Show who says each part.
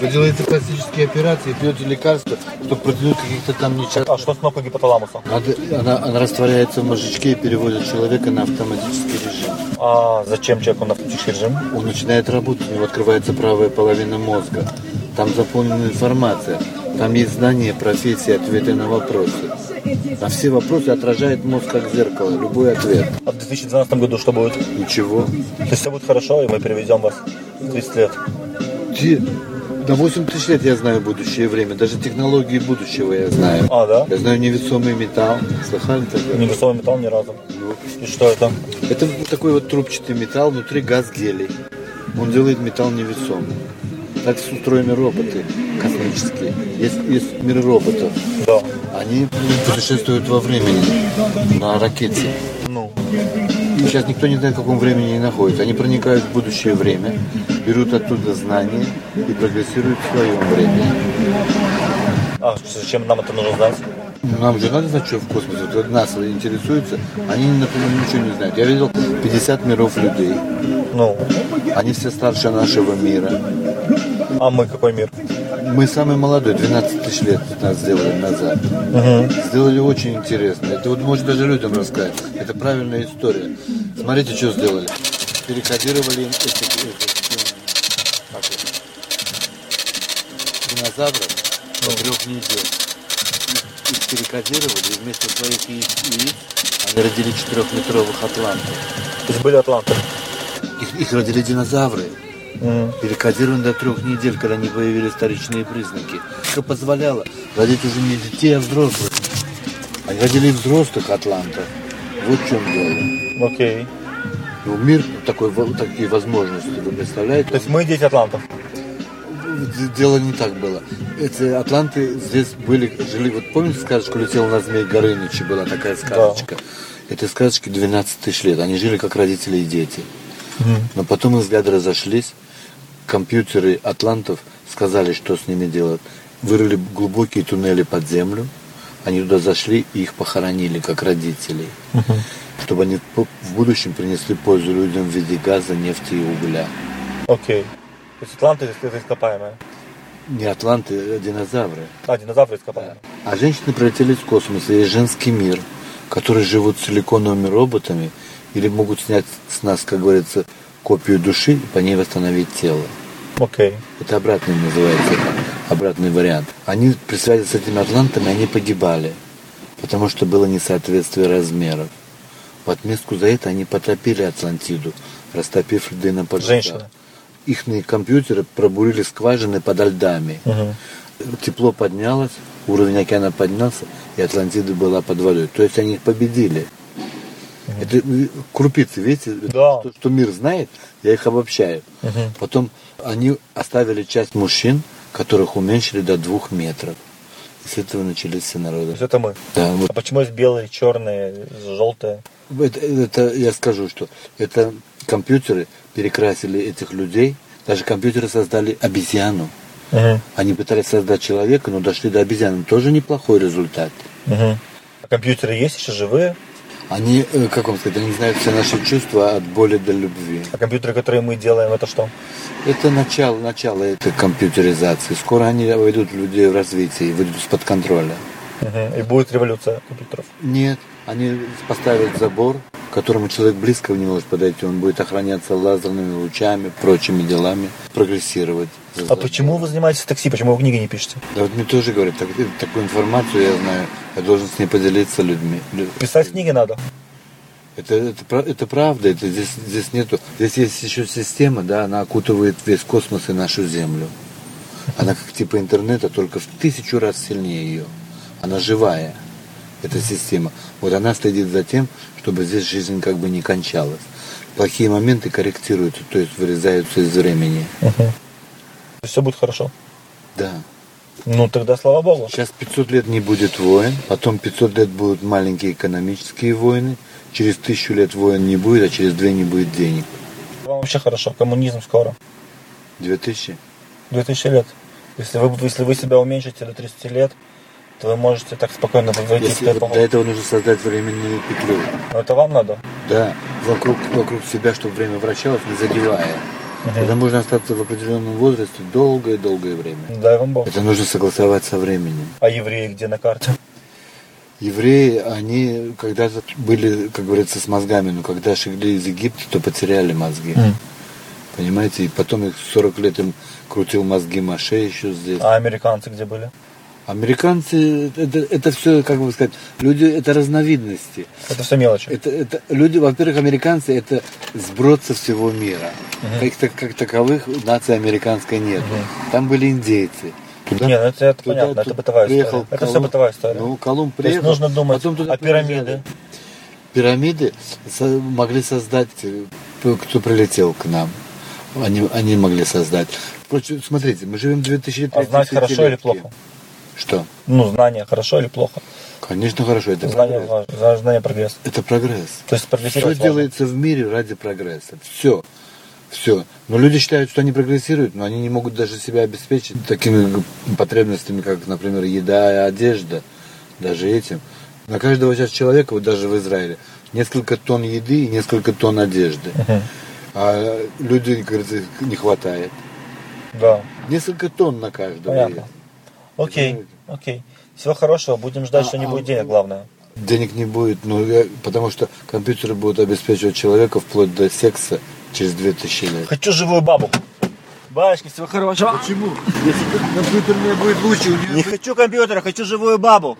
Speaker 1: Вы делаете пластические операции, пьете лекарства, чтобы протянуть каких-то там нечастких.
Speaker 2: А что с кнопкой гипоталамуса?
Speaker 1: Она, она- она растворяется в мозжечке и переводит человека на автоматический режим.
Speaker 2: А зачем человеку на автоматический режим?
Speaker 1: Он начинает работать, у него открывается правая половина мозга. Там заполнена информация, там есть знания, профессии, ответы на вопросы. А все вопросы отражает мозг как зеркало, любой ответ.
Speaker 2: А в 2012 году что будет?
Speaker 1: Ничего.
Speaker 2: То есть все будет хорошо, и мы переведем вас в 30 лет.
Speaker 1: Те- Да 8 тысяч лет я знаю будущее время, даже технологии будущего я знаю.
Speaker 2: А, да?
Speaker 1: Я знаю невесомый металл. Слыхали такое?
Speaker 2: Не рисовал металл ни разу. И что это?
Speaker 1: Это такой вот трубчатый металл, внутри газ гелий. Он делает металл невесомым. Так устроены роботы космические. Есть, есть мир роботов.
Speaker 2: Да.
Speaker 1: Они путешествуют во времени на ракете.
Speaker 2: Ну,
Speaker 1: Сейчас никто не знает, в каком времени они находятся. Они проникают в будущее время, берут оттуда знания и прогрессируют в своем времени.
Speaker 2: а зачем нам это нужно знать?
Speaker 1: Нам же надо знать, что в космосе. Вот нас интересуется. Они, например, ничего не знают. Я видел 50 миров людей.
Speaker 2: Ну,
Speaker 1: Они все старше нашего мира.
Speaker 2: а мы какой мир?
Speaker 1: Мы самый молодой, 12 тысяч лет нас сделали назад. Сделали очень интересно. Это вот может даже людям рассказать. Это правильная история. Смотрите, что сделали. Перекодировали им этих, этих, м, как их, динозавров до трех недель. Их- Их перекодировали, и вместо своих яиц, яиц они родили четырехметровых атлантов.
Speaker 2: То есть были атланты.
Speaker 1: Их, их родили динозавры.
Speaker 2: М.
Speaker 1: Перекодирован до трех недель, когда не появились вторичные признаки. Что позволяло родить уже не детей, а взрослых. Они родили взрослых атлантов. Вот в чем дело.
Speaker 2: Окей.
Speaker 1: Ну, мир такой, во- такие возможности, вы представляете?
Speaker 2: То есть мы дети атлантов.
Speaker 1: Д- Дело не так было. Эти атланты здесь были, жили. Вот помните сказочку «Летел на змей Горыныч» была такая сказочка? Этой сказочке 12 тысяч лет. Они жили как родители и дети. Но потом их взгляды разошлись. Компьютеры атлантов сказали, что с ними делать. Вырыли глубокие туннели под землю. Они туда зашли и их похоронили как родителей. Чтобы они в по- в будущем принесли пользу людям в виде газа, нефти и угля.
Speaker 2: Окей. То есть атланты это ископаемые.
Speaker 1: Не атланты, а динозавры.
Speaker 2: А, динозавры ископаемые.
Speaker 1: А женщины прилетели из космоса, есть женский мир, которые живут силиконовыми роботами или могут снять с нас, как говорится, копию души и по ней восстановить тело.
Speaker 2: Окей.
Speaker 1: Это обратный называется, обратный вариант. Они при связи с этими атлантами, они погибали, потому что было несоответствие размеров. В отместку за это они потопили Атлантиду, растопив льды на
Speaker 2: Женщины.
Speaker 1: поджигах. Их компьютеры пробурили скважины под льдами. Тепло поднялось, уровень океана поднялся, и Атлантида была под водой. То есть они их победили. Это э, крупицы, видите,
Speaker 2: Да.
Speaker 1: то, что мир знает, я их обобщаю. Потом они оставили часть мужчин, которых уменьшили до двух метров. И с этого начались все
Speaker 2: То
Speaker 1: народы.
Speaker 2: есть это мы.
Speaker 1: Да, вот
Speaker 2: А почему есть белые, черные, желтые?
Speaker 1: это, это я скажу, что это компьютеры перекрасили этих людей. Даже компьютеры создали обезьяну. Они пытались создать человека, но дошли до обезьяны. Тоже неплохой результат.
Speaker 2: А компьютеры есть еще живые?
Speaker 1: Они, э, как вам сказать, они знают все наши чувства от боли до любви.
Speaker 2: А компьютеры, которые мы делаем, это что?
Speaker 1: Это начало, начало этой компьютеризации. Скоро они войдут в людей в развитие и выйдут из-под контроля.
Speaker 2: Мгм. И будет революция компьютеров. А
Speaker 1: Нет, они поставят забор, к которому человек близко не может подойти. Он будет охраняться лазерными лучами, прочими делами, прогрессировать.
Speaker 2: А почему вы занимаетесь такси? Почему вы книги не пишете?
Speaker 1: Да вот мне тоже говорят, так- э, такую информацию я знаю, я должен с ней поделиться людьми. Лю-
Speaker 2: Писать книги надо.
Speaker 1: Это, это, пра- это правда, это здесь, здесь нету. Здесь есть еще система, да, она окутывает весь космос и нашу Землю. Она как типа интернета, только в тысячу раз сильнее ее. Она живая, эта система. Вот она следит за тем, чтобы здесь жизнь как бы не кончалась. Плохие моменты корректируются, то есть вырезаются из времени.
Speaker 2: Все будет хорошо.
Speaker 1: Да.
Speaker 2: Ну тогда слава богу.
Speaker 1: Сейчас 500 лет не будет войн, потом 500 лет будут маленькие экономические войны, через тысячу лет войн не будет, а через две не будет денег.
Speaker 2: Вам вообще хорошо. Коммунизм скоро.
Speaker 1: 2000?
Speaker 2: 2000 лет. Если вы, если вы себя уменьшите до 30 лет, то вы можете так спокойно войти в
Speaker 1: Если
Speaker 2: ту
Speaker 1: вот
Speaker 2: эпоху.
Speaker 1: для этого нужно создать временную петлю.
Speaker 2: Но это вам надо.
Speaker 1: Да, вокруг, вокруг себя, чтобы время вращалось, не задевая. Это можно остаться в определенном возрасте долгое-долгое время.
Speaker 2: Дай вам Бог.
Speaker 1: Это нужно согласовать со временем.
Speaker 2: А евреи где на карте?
Speaker 1: Евреи, они когда-то были, как говорится, с мозгами, но когда шли из Египта, то потеряли мозги. Понимаете, и потом их 40 лет им крутил мозги Маше еще здесь.
Speaker 2: А американцы где были?
Speaker 1: Американцы, это, это все, как бы сказать, люди, это разновидности.
Speaker 2: Это все мелочи.
Speaker 1: Это, это люди, во-первых, американцы это сброд со всего мира. Как, как таковых нации американской нет. Там были индейцы. Туда-
Speaker 2: Не, ну это, это
Speaker 1: туда-
Speaker 2: понятно, это
Speaker 1: туда
Speaker 2: бытовая
Speaker 1: приехал
Speaker 2: история. Это все
Speaker 1: Колумб.
Speaker 2: бытовая история.
Speaker 1: Ну, Колумб
Speaker 2: То есть
Speaker 1: приехал.
Speaker 2: нужно думать
Speaker 1: потом туда
Speaker 2: о пирамиде.
Speaker 1: приезжали. Пирамиды со- могли создать, э, п- кто прилетел к нам. Они, они могли создать. Впрочем, смотрите, мы живем 2000 лет.
Speaker 2: А знать хорошо или плохо?
Speaker 1: Что?
Speaker 2: Ну, знание хорошо или плохо?
Speaker 1: Конечно, хорошо. Это
Speaker 2: Знание
Speaker 1: прогресс.
Speaker 2: важно, знание прогресс.
Speaker 1: Это прогресс.
Speaker 2: То есть
Speaker 1: Все
Speaker 2: прогрессировать важно.
Speaker 1: делается в мире ради прогресса. Все. Все. Но люди считают, что они прогрессируют, но они не могут даже себя обеспечить такими потребностями, как, например, еда и одежда. Даже этим. На каждого сейчас человека, вот даже в Израиле, несколько тонн еды и несколько тонн одежды. А людей, как говорится, не хватает.
Speaker 2: Да.
Speaker 1: Несколько тонн на каждого.
Speaker 2: Понятно. Окей,
Speaker 1: Понимаете?
Speaker 2: окей. Всего хорошего, будем ждать,
Speaker 1: А,
Speaker 2: что не
Speaker 1: а,
Speaker 2: будет денег, главное.
Speaker 1: Денег не будет, но я- потому что компьютеры будут обеспечивать человека вплоть до секса через 2000 лет.
Speaker 2: Хочу живую бабу. Бабочки, всего хорошего.
Speaker 1: Почему? Если компьютер мне будет лучше, у
Speaker 2: Не
Speaker 1: нее
Speaker 2: хочу компьютера, хочу живую бабу.